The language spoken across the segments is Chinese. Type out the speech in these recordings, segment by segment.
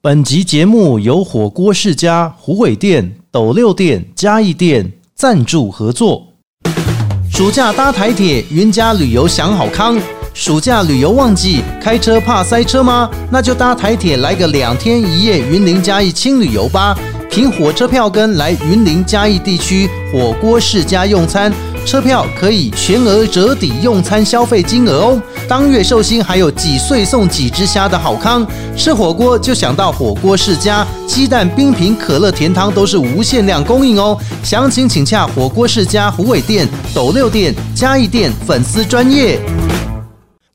本集节目由火锅世家、虎尾店、斗六店、嘉义店赞助合作。暑假搭台铁，云家旅游享好康。暑假旅游旺季，开车怕塞车吗？那就搭台铁来个两天一夜云林嘉义轻旅游吧。凭火车票根来云林嘉义地区火锅世家用餐，车票可以全额折抵用餐消费金额哦。当月寿星还有几岁送几只虾的好康，吃火锅就想到火锅世家，鸡蛋、冰品、可乐、甜汤都是无限量供应哦。详情请洽火锅世家虎尾店、斗六店、嘉义店粉丝专业。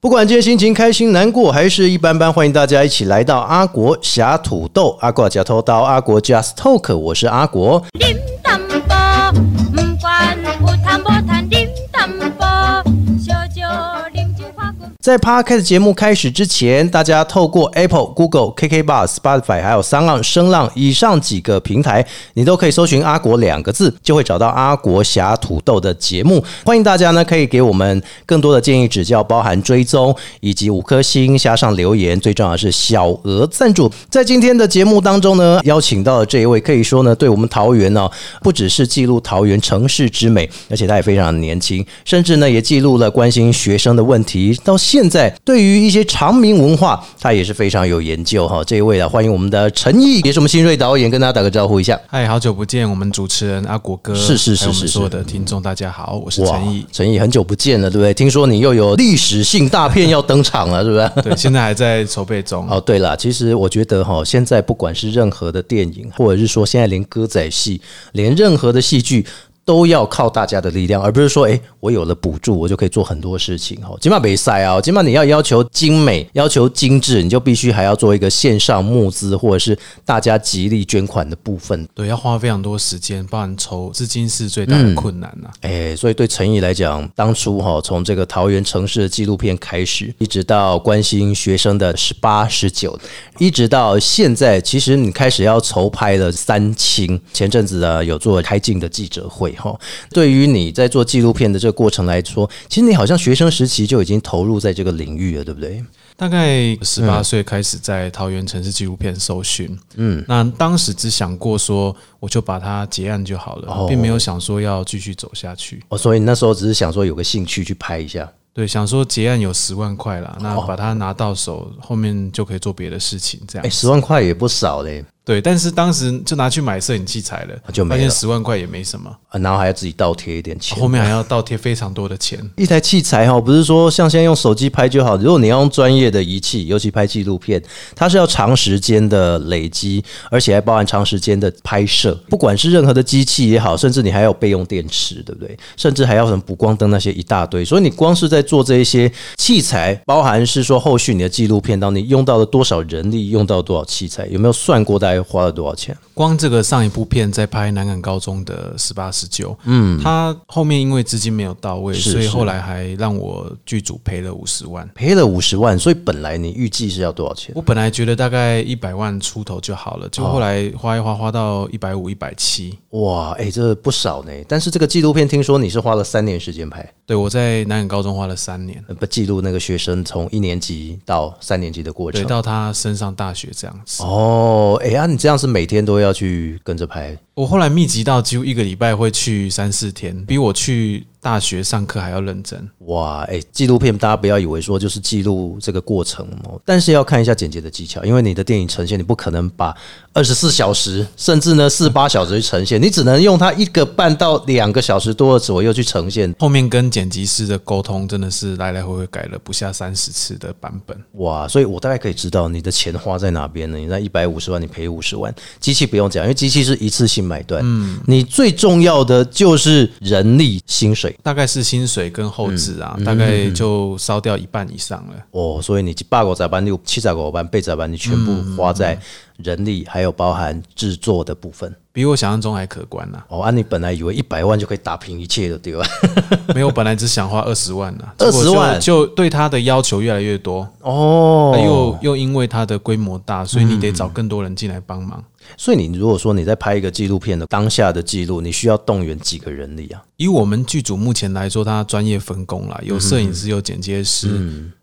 不管今天心情开心、难过还是一般般，欢迎大家一起来到阿国侠土豆、阿国假偷刀、阿国 Just Talk，我是阿国。 điểm tâm bò Mù quan u tham bò than điểm tâm bò cho cho điểm chữ khoa của 在 Podcast 节目开始之前，大家透过 Apple、Google、KK Bar、Spotify 还有三浪、声浪以上几个平台，你都可以搜寻“阿国”两个字，就会找到阿国侠土豆的节目。欢迎大家呢，可以给我们更多的建议指教，包含追踪以及五颗星加上留言，最重要的是小额赞助。在今天的节目当中呢，邀请到的这一位，可以说呢，对我们桃园呢、不只是记录桃园城市之美，而且他也非常年轻，甚至呢也记录了关心学生的问题。到现在，对于一些长明文化，他也是非常有研究哈。这一位啊，欢迎我们的陈毅，也是我们新锐导演，跟大家打个招呼一下。嗨，好久不见，我们主持人阿国哥，是是是还有我们是是所有的听众，大家好，我是陈毅。陈毅很久不见了，对不对？听说你又有历史性大片要登场了，是不是？ 对，现在还在筹备中。哦，对了，其实我觉得哈，现在不管是任何的电影，或者是说现在连歌仔戏，连任何的戏剧。都要靠大家的力量，而不是说，诶，我有了补助，我就可以做很多事情。哈，起码没塞啊，起码你要要求精美，要求精致，你就必须还要做一个线上募资，或者是大家极力捐款的部分。对，要花非常多时间，包含筹资金是最大的困难啊呐、哎，所以对陈毅来讲，当初哈、从这个桃园城市的纪录片开始，一直到关心学生的十八、十九，一直到现在，其实你开始要筹拍了三清。前阵子啊呢，有做开镜的记者会哈、对于你在做纪录片的这个过程来说，其实你好像学生时期就已经投入在这个领域了，对不对？大概嗯十八岁开始在桃园城市纪录片搜寻，嗯，那当时只想过说，我就把它结案就好了，哦并没有想说要继续走下去。哦，所以你那时候只是想说有个兴趣去拍一下。对，想说结案有十万块哦啦，那把它拿到手，后面就可以做别的事情，这样哎，。十万块也不少嘞，对，但是当时就拿去买摄影器材了，啊就没发现了十万块也没什么。啊然后还要自己倒贴一点钱。后面还要倒贴非常多的钱。一台器材哈，不是说像现在用手机拍就好，如果你要用专业的仪器，尤其拍纪录片，它是要长时间的累积，而且还包含长时间的拍摄。 不管是任何的机器也好，甚至你还有备用电池，对不对？甚至还要什么补光灯那些一大堆。所以你光是在做这一些器材，包含是说后续你的纪录片当中你用到了多少人力，用到多少器材，有没有算过大概花了多少钱？光这个上一部片在拍南港高中的十八十九，嗯，他后面因为资金没有到位，是所以是后来还让我剧组赔了五十万。赔了五十万，所以本来你预计是要多少钱？我本来觉得大概一百万出头就好哦了，就后来花一花花到一百五、一百七。哇，哎、这不少呢。但是这个纪录片听说你是花了三年时间拍，对我在南港高中花了三年，呃不记录那个学生从一年级到三年级的过对，程。到他升上大学这样子。哦，哎、啊，你这样是每天都要去跟着拍，我后来密集到几乎一个礼拜会去三四天，比我去大学上课还要认真。哇，哎、纪录片大家不要以为说就是记录这个过程哦，但是要看一下剪辑的技巧，因为你的电影呈现，你不可能把二十四小时，甚至呢四八小时去呈现，你只能用它一个半到两个小时多左右去呈现。后面跟剪辑师的沟通真的是来来回回改了不下三十次的版本。哇，所以我大概可以知道你的钱花在哪边呢？你那一百五十万，你赔五十万，机器不用讲，因为机器是一次性买断。嗯，你最重要的就是人力薪水大概是薪水跟后置啊，大概就烧掉一半以上了。哦，所以你八个咋班、六七咋个班、八咋班，你全部花在人力，还有包含制作的部分。比我想象中还可观啦、哦，啊，你本来以为一百万就可以打平一切的，对吧？ 没有，我本来只想花二十万啦、结果20万就就对他的要求越来越多，啊哦，又又因为他的规模大，所以你得找更多人进来帮忙。所以你如果说你在拍一个纪录片的当下的记录，你需要动员几个人力啊？嗯以我们剧组目前来说，它专业分工啦，有摄影师，有剪接师，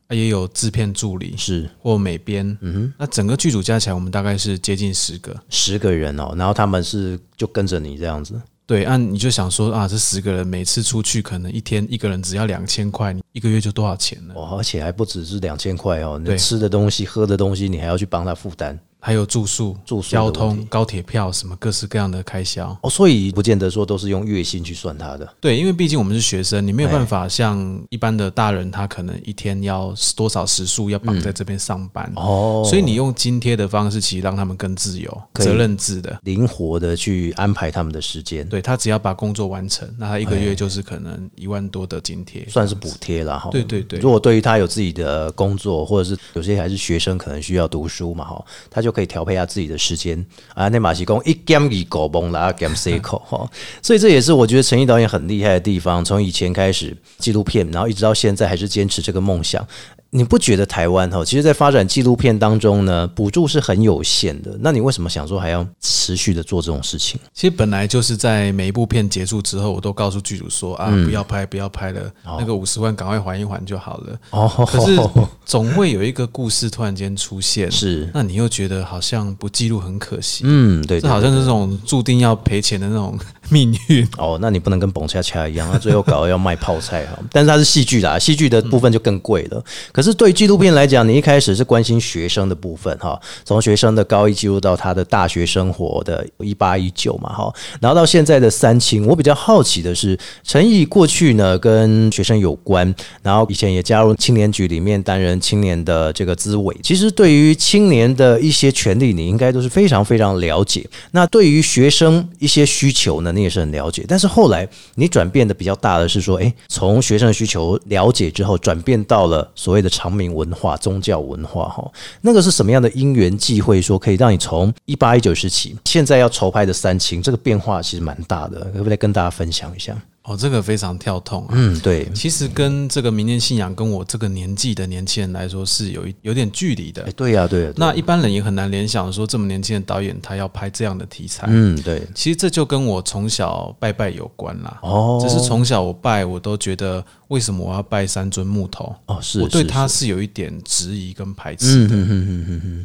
啊也有制片助理是或美编，嗯，那整个剧组加起来，我们大概是接近十个。十个人哦，然后他们是就跟着你这样子，对，按、你就想说啊，这十个人每次出去可能一天一个人只要两千块，你一个月就多少钱呢？哇，而且还不只是两千块哦，你对吃的东西、喝的东西，你还要去帮他负担还有住宿、住宿的交问通题、高铁票什么各式各样的开销。哦，所以不见得说都是用月薪去算他的，对，因为毕竟我们是学生，你没有哎办法像一般的大人，他可能一天要多少时数要绑在这边上班嗯哦所以你用津贴的方式，其实让他们更自由、可以责任制的。灵活的去安排他们的时间，对他只要把工作完成，那他一个哎月就是可能一万多的津贴，算是补贴了哈。对对对如果对于他有自己的工作，或者是有些还是学生，可能需要读书嘛哈，他就可以调配下自己的时间啊。那马西公一 gam 一狗崩啦，gam 塞 口哈。所以这也是我觉得陈毅导演很厉害的地方，从以前开始纪录片，然后一直到现在还是坚持这个梦想。你不觉得台湾哈，其实，在发展纪录片当中呢，补助是很有限的。那你为什么想说还要持续的做这种事情？其实本来就是在每一部片结束之后，我都告诉剧组说啊，嗯不要拍，不要拍了，那个五十万赶快还一还就好了。哦，可是总会有一个故事突然间出 现，是那你又觉得好像不记录很可惜，嗯，对对这好像是这种注定要赔钱的那种命 运。哦，那你不能跟蹦恰恰一样，他最后搞得要卖泡菜哈。 但是它是戏剧啦，戏剧的部分就更贵了。可是对于纪录片来讲，你一开始是关心学生的部分哈，从学生的高一记录到他的大学生活的一八一九嘛哈，然后到现在的三清，我比较好奇的是，陈毅过去呢跟学生有关，然后以前也加入青年局里面担任青年的这个资委，其实对于青年的一些权利，你应该都是非常非常了解。那对于学生一些需求呢，你也是很了解。但是后来你转变的比较大的是说，诶，从学生的需求了解之后，转变到了所谓的长明文化、宗教文化，哈，那个是什么样的因缘际会，说可以让你从一八一九时期，现在要筹拍的三清，这个变化其实蛮大的，可不可以跟大家分享一下？哦，这个非常跳痛、啊。嗯，对，其实跟这个民间信仰跟我这个年纪的年轻人来说是有一有点距离的哎，。对呀、对呀、对那一般人也很难联想说这么年轻的导演他要拍这样的题材。嗯，对，其实这就跟我从小拜拜有关啦。哦，只是从小我拜，我都觉得为什么我要拜三尊木头？哦，是我对是嗯他是是有一点质疑跟排斥的。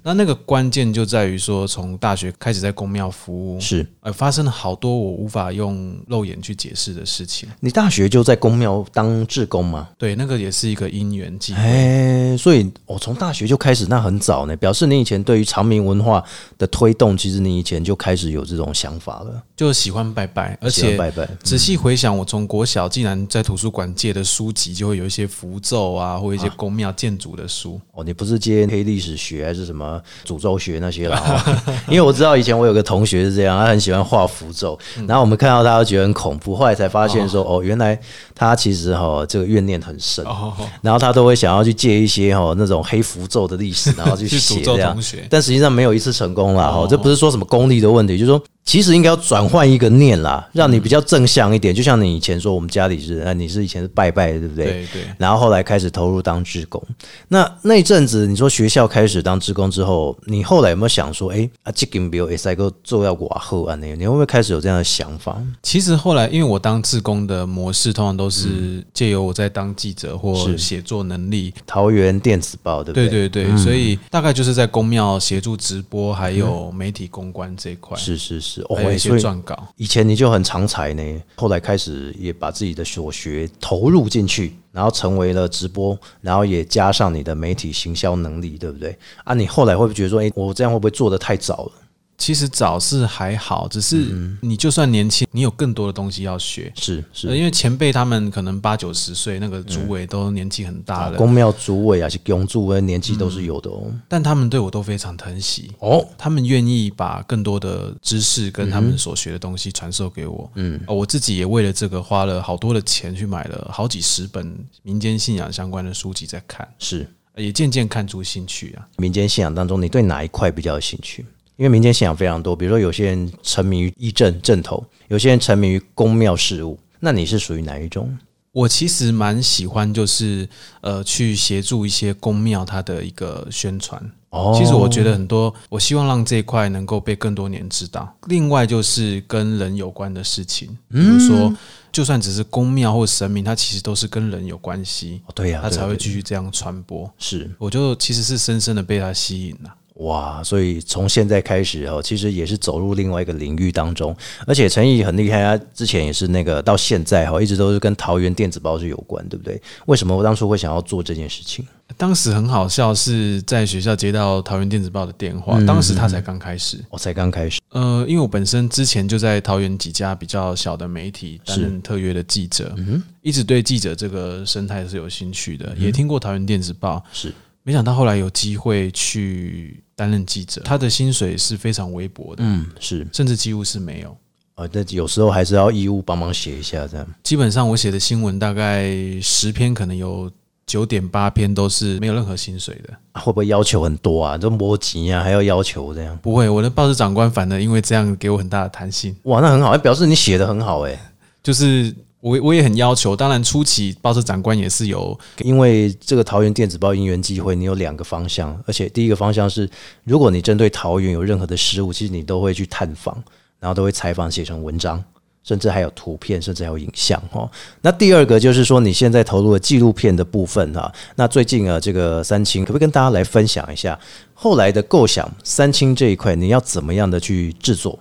那那个关键就在于说，从大学开始在公庙服务，是呃，发生了好多我无法用肉眼去解释的事情。你大学就在公庙当志工吗？对，那个也是一个因缘际会。哎，所以我、哦从大学就开始，那很早呢，表示你以前对于长明文化的推动，其实你以前就开始有这种想法了，就喜欢拜拜，而喜欢且拜嗯拜仔细回想，我从国小竟然在图书馆借的书籍，就会有一些符咒啊，或一些宫庙建筑的书。哦，你不是接黑历史学还是什么诅咒学那些啦？哦 因为我知道以前我有个同学是这样，他很喜欢画符咒，嗯然后我们看到他都觉得很恐怖，后来才发现说，哦，原来他其实哈、哦、这个怨念很深，哦，然后他都会想要去借一些哈、哦、那种黑符咒的历史，然后去 去诅写咒这样同学，但实际上没有一次成功啦。哈、哦这不是说什么功力的问题，就是说其实应该要转换一个念啦，嗯让你比较正向一点。就像你以前说，我们家里是啊，你是以前是拜拜的，对不对？对对然后后来开始投入当志工，那那一阵子，你说学校开始当志工之后，你后来有没有想说，哎啊，这个没有 S I 哥做要寡后啊，那你会不会开始有这样的想法？其实后来，因为我当志工的模式，通常都是借由我在当记者或嗯是写作能力。桃园电子报，对不对对？嗯对对，所以大概就是在公庙协助直播，还有媒体公关这一块，嗯是是是，哦还有，一所些以撰稿。以前你就很常才呢，后来开始也把自己的所学投入进去，然后成为了直播，然后也加上你的媒体行销能力，对不对？啊，你后来会不会觉得说，哎、我这样会不会做的太早了？其实早是还好，只是你就算年轻，你有更多的东西要学。是呃嗯是，嗯因为前辈他们可能八九十岁，那个主委都年纪很大了，公庙主委啊，是公主委，年纪都是有的哦。但他们对我都非常疼惜，哦，他们愿意把更多的知识跟他们所学的东西传授给我。嗯、我自己也为了这个花了好多的钱去买了好几十本民间信仰相关的书籍在看，是呃也渐渐看出兴趣啊。民间信仰当中，你对哪一块比较有兴趣？因为民间信仰非常多，比如说有些人沉迷于义正正头，有些人沉迷于公庙事务，那你是属于哪一种？我其实蛮喜欢，就是呃，去协助一些公庙它的一个宣传。哦其实我觉得很多，我希望让这一块能够被更多年知道。另外就是跟人有关的事情，比如说就算只是宫庙或神明，它其实都是跟人有关系，哦对呀、它才会去继续这样传播。是我就其实是深深的被它吸引啊了。哇，所以从现在开始哦，其实也是走入另外一个领域当中。而且陈毅很厉害，他之前也是那个到现在哦哈，一直都是跟桃园电子报是有关，对不对？为什么我当初会想要做这件事情？当时很好笑，是在学校接到桃园电子报的电嗯话，当时它才刚开始。我才刚开始，呃，因为我本身之前就在桃园几家比较小的媒体担任特约的记者，嗯一直对记者这个生态是有兴趣的，也听过桃园电子报，是没想到后来有机会去担任记者，他的薪水是非常微薄的，嗯，是甚至几乎是没有。啊，但有时候还是要义务帮忙写一下这样。基本上我写的新闻大概十篇，可能有九点八篇都是没有任何薪水的。啊会不会要求很多啊？这摸级啊，还要要求这样？不会，我的报纸长官反而因为这样给我很大的弹性，哇，那很好，哎表示你写的很好哎、就是我我也很要求。当然初期报纸长官也是有因为这个桃园电子报因缘机会，你有两个方向，而且第一个方向是，如果你针对桃园有任何的失误，其实你都会去探访，然后都会采访写成文章，甚至还有图片，甚至还有影像哦。那第二个就是说，你现在投入了纪录片的部分哈、那最近啊，这个三清可不可以跟大家来分享一下后来的构想？三清这一块你要怎么样的去制作？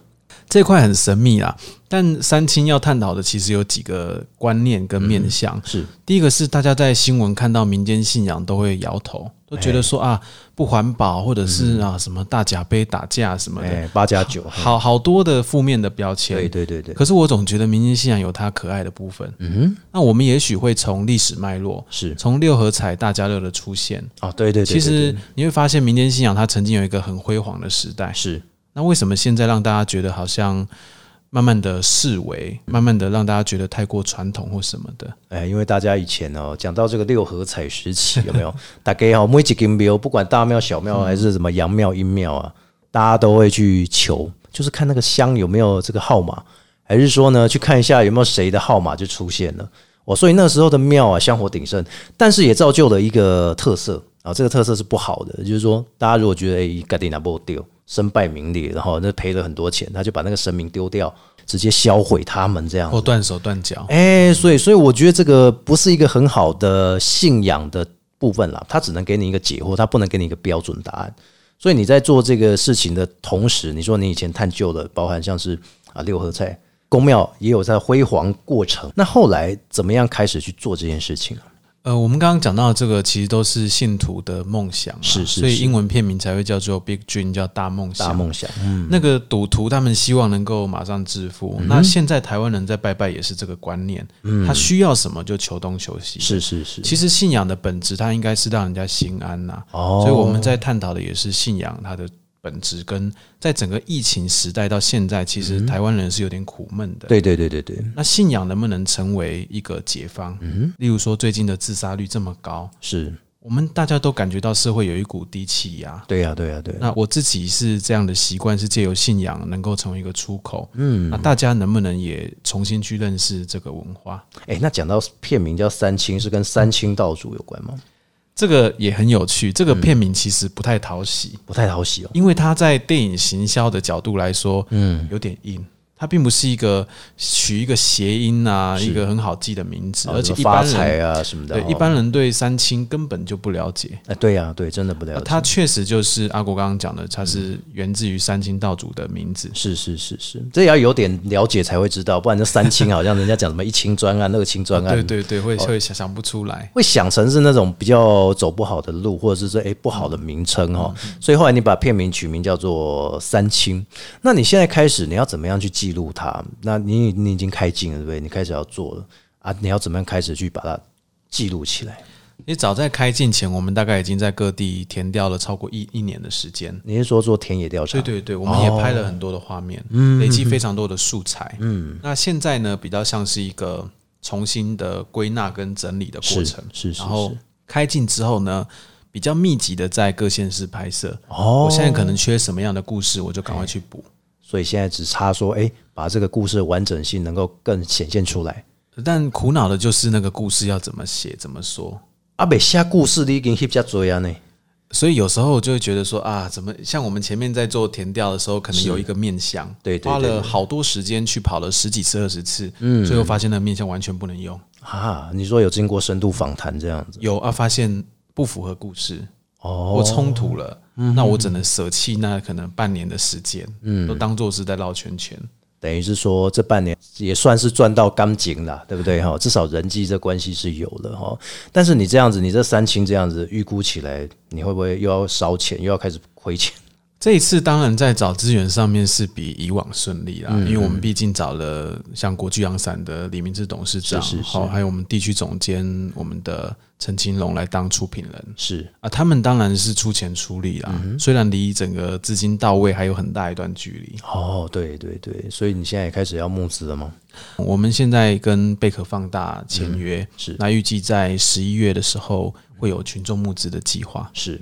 这块很神秘啦。但三清要探讨的其实有几个观念跟面向。是第一个是大家在新闻看到民间信仰都会摇头，都觉得说啊不环保，或者是啊什么大甲杯打架什么的，哎，八加九，哎好好多的负面的标签。对对对对，可是我总觉得民间信仰有它可爱的部分。嗯那我们也许会从历史脉络，是从六合彩大家乐的出现，哦，对对对，其对对实你会发现民间信仰它曾经有一个很辉煌的时代。是那为什么现在让大家觉得好像慢慢的视为，慢慢的让大家觉得太过传统或什么的？哎，因为大家以前哦，讲到这个六合彩时期，有没有？大家哦，每一间庙，不管大庙、小庙还是什么阳庙、阴庙啊，大家都会去求，就是看那个香有没有这个号码，还是说呢，去看一下有没有谁的号码就出现了。哦，所以那时候的庙啊，香火鼎盛，但是也造就了一个特色啊，这个特色是不好的，就是说，大家如果觉得哎，盖蒂拿不丢，身败名裂，然后那赔了很多钱，他就把那个神明丢掉，直接销毁他们这样子或断手断脚。哎、所以所以我觉得这个不是一个很好的信仰的部分啦，它只能给你一个解惑，它不能给你一个标准答案。所以你在做这个事情的同时，你说你以前探究的，包含像是啊六合彩、公庙也有在辉煌过程，那后来怎么样开始去做这件事情？啊呃，我们刚刚讲到的这个，其实都是信徒的梦想、啊，是是所以是英文片名才会叫做 Big Dream，叫大梦想。嗯大梦想，那个赌徒他们希望能够马上致富，嗯那现在台湾人在拜拜也是这个观念，他需要什么就求东求西。是是是，其实信仰的本质，它应该是让人家心安呐、哦所以我们在探讨的也是信仰它的本质，跟在整个疫情时代到现在，其实台湾人是有点苦闷的。嗯对对对对对，那信仰能不能成为一个解放？嗯例如说最近的自杀率这么高，是，我们大家都感觉到社会有一股低气压。对呀、对呀、对、那我自己是这样的习惯，是借由信仰能够成为一个出口。嗯，那大家能不能也重新去认识这个文化？哎、那讲到片名叫三清，是跟三清道主有关吗？这个也很有趣。这个片名其实不太讨喜，不太讨喜哦。因为它在电影行销的角度来说，嗯，有点硬。它并不是一个取一个谐音啊，一个很好记的名字，而且哦什么一发般财人啊什么的对哦，一般人对三清根本就不了解。哎，对呀、对，真的不了解。它确实就是阿国刚刚讲的，它是源自于三清道主的名字。是是是是，这也要有点了解才会知道，不然这三清好像人家讲什么一清专案、那个清专案，哦对对对，会哦会想想不出来。会想成是那种比较走不好的路，或者是说哎不好的名称哦。嗯所以后来你把片名取名叫做三清，那你现在开始你要怎么样去记录它？那你你已经开镜了，对不对？你开始要做了啊，你要怎么样开始去把它记录起来？因为早在开镜前，我们大概已经在各地填掉了超过一一年的时间。啊哦你是说做田野调查？对对对，我们也拍了很多的画面，累积非常多的素材。嗯，那现在呢，比较像是一个重新的归纳跟整理的过是程。是是然后是开镜之后呢，比较密集的在各县市拍摄。哦我现在可能缺什么样的故事，我就赶快去补。所以现在只差说哎，把这个故事的完整性能够更显现出来。但苦恼的就是那个故事要怎么写，怎么说。阿北下故事你已经翕遮多啊呢。所以有时候就会觉得说啊，怎么像我们前面在做填调的时候，可能有一个面相，对对对花了好多时间去跑了十几次、二十次，嗯，最后发现那个面相完全不能用，啊，你说有经过深度访谈这样子有啊，发现不符合故事，哦嗯或，冲突了，那我只能舍弃那可能半年的时间，嗯，都当做是在绕圈圈，等于是说这半年也算是赚到干净啦，对不对哈？至少人际这关系是有了哈。但是你这样子，你这三清这样子预估起来，你会不会又要烧钱，又要开始亏钱？这一次当然在找资源上面是比以往顺利啦，嗯因为我们毕竟找了像国巨阳伞的李明志董事长，是是是好，还有我们地区总监我们的陈金龙来当出品人是啊，他们当然是出钱出力啦，虽然离整个资金到位还有很大一段距离。哦，对对对，所以你现在也开始要募资了吗？我们现在跟贝壳放大签约，是那预计在十一月的时候会有群众募资的计划。是，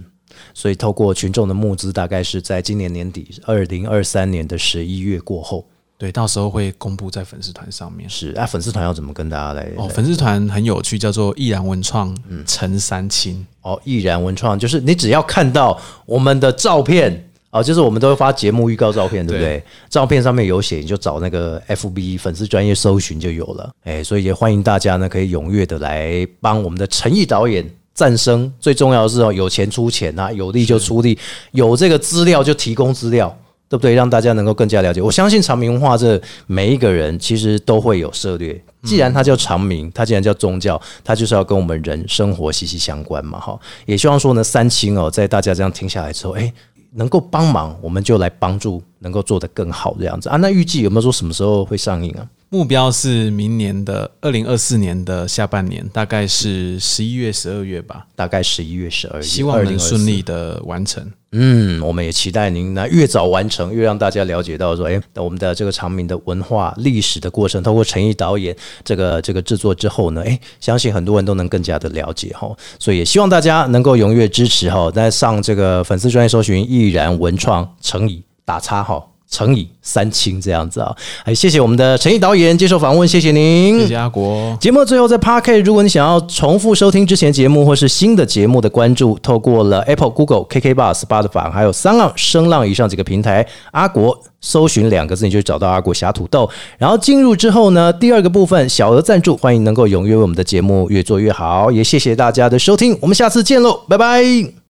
所以透过群众的募资，大概是在今年年底，二零二三年的十一月过后。对，到时候会公布在粉丝团上面。是啊，粉丝团要怎么跟大家来？哦，粉丝团很有趣，叫做“毅然文创陈三清哦，毅然文创就是你只要看到我们的照片哦，就是我们都会发节目预告照片，对不对？照片上面有写，你就找那个 FB 粉丝专业搜寻就有了。哎，所以也欢迎大家呢，可以踊跃的来帮我们的陈毅导演。战生最重要的是哦，有钱出钱啊，有力就出力，有这个资料就提供资料，对不对？让大家能够更加了解。我相信长明文化这每一个人其实都会有涉略。既然它叫长明，它既然叫宗教，它就是要跟我们人生活息息相关嘛，哈。也希望说呢，三清哦，在大家这样听下来之后，哎，能够帮忙，我们就来帮助，能够做得更好这样子啊。那预计有没有说什么时候会上映啊？”，目标是明年的二零二四年的下半年，大概是十一月、十二月吧，大概十一月、十二月，希望能2024顺利的完成。嗯，我们也期待您呢越早完成，越让大家了解到说，哎，我们的这个长明的文化历史的过程，透过陈毅导演这个这个制作之后呢，哎，相信很多人都能更加的了解哈、所以也希望大家能够踊跃支持哈、在上这个粉丝专业搜寻“毅然文创”乘以打叉哈、乘以三清这样子啊、哎，谢谢我们的陈毅导演接受访问，谢谢您，谢谢阿国，节目最后在 p a r k e t 如果你想要重复收听之前节目或是新的节目的关注，透过了 Apple、Google、KK Bar、Spotify 还有三浪声浪以上几个平台，阿国搜寻两个字你就找到阿国侠土豆。然后进入之后呢，第二个部分小额赞助，欢迎能够踊跃为我们的节目越做越好，也谢谢大家的收听，我们下次见喽，拜拜。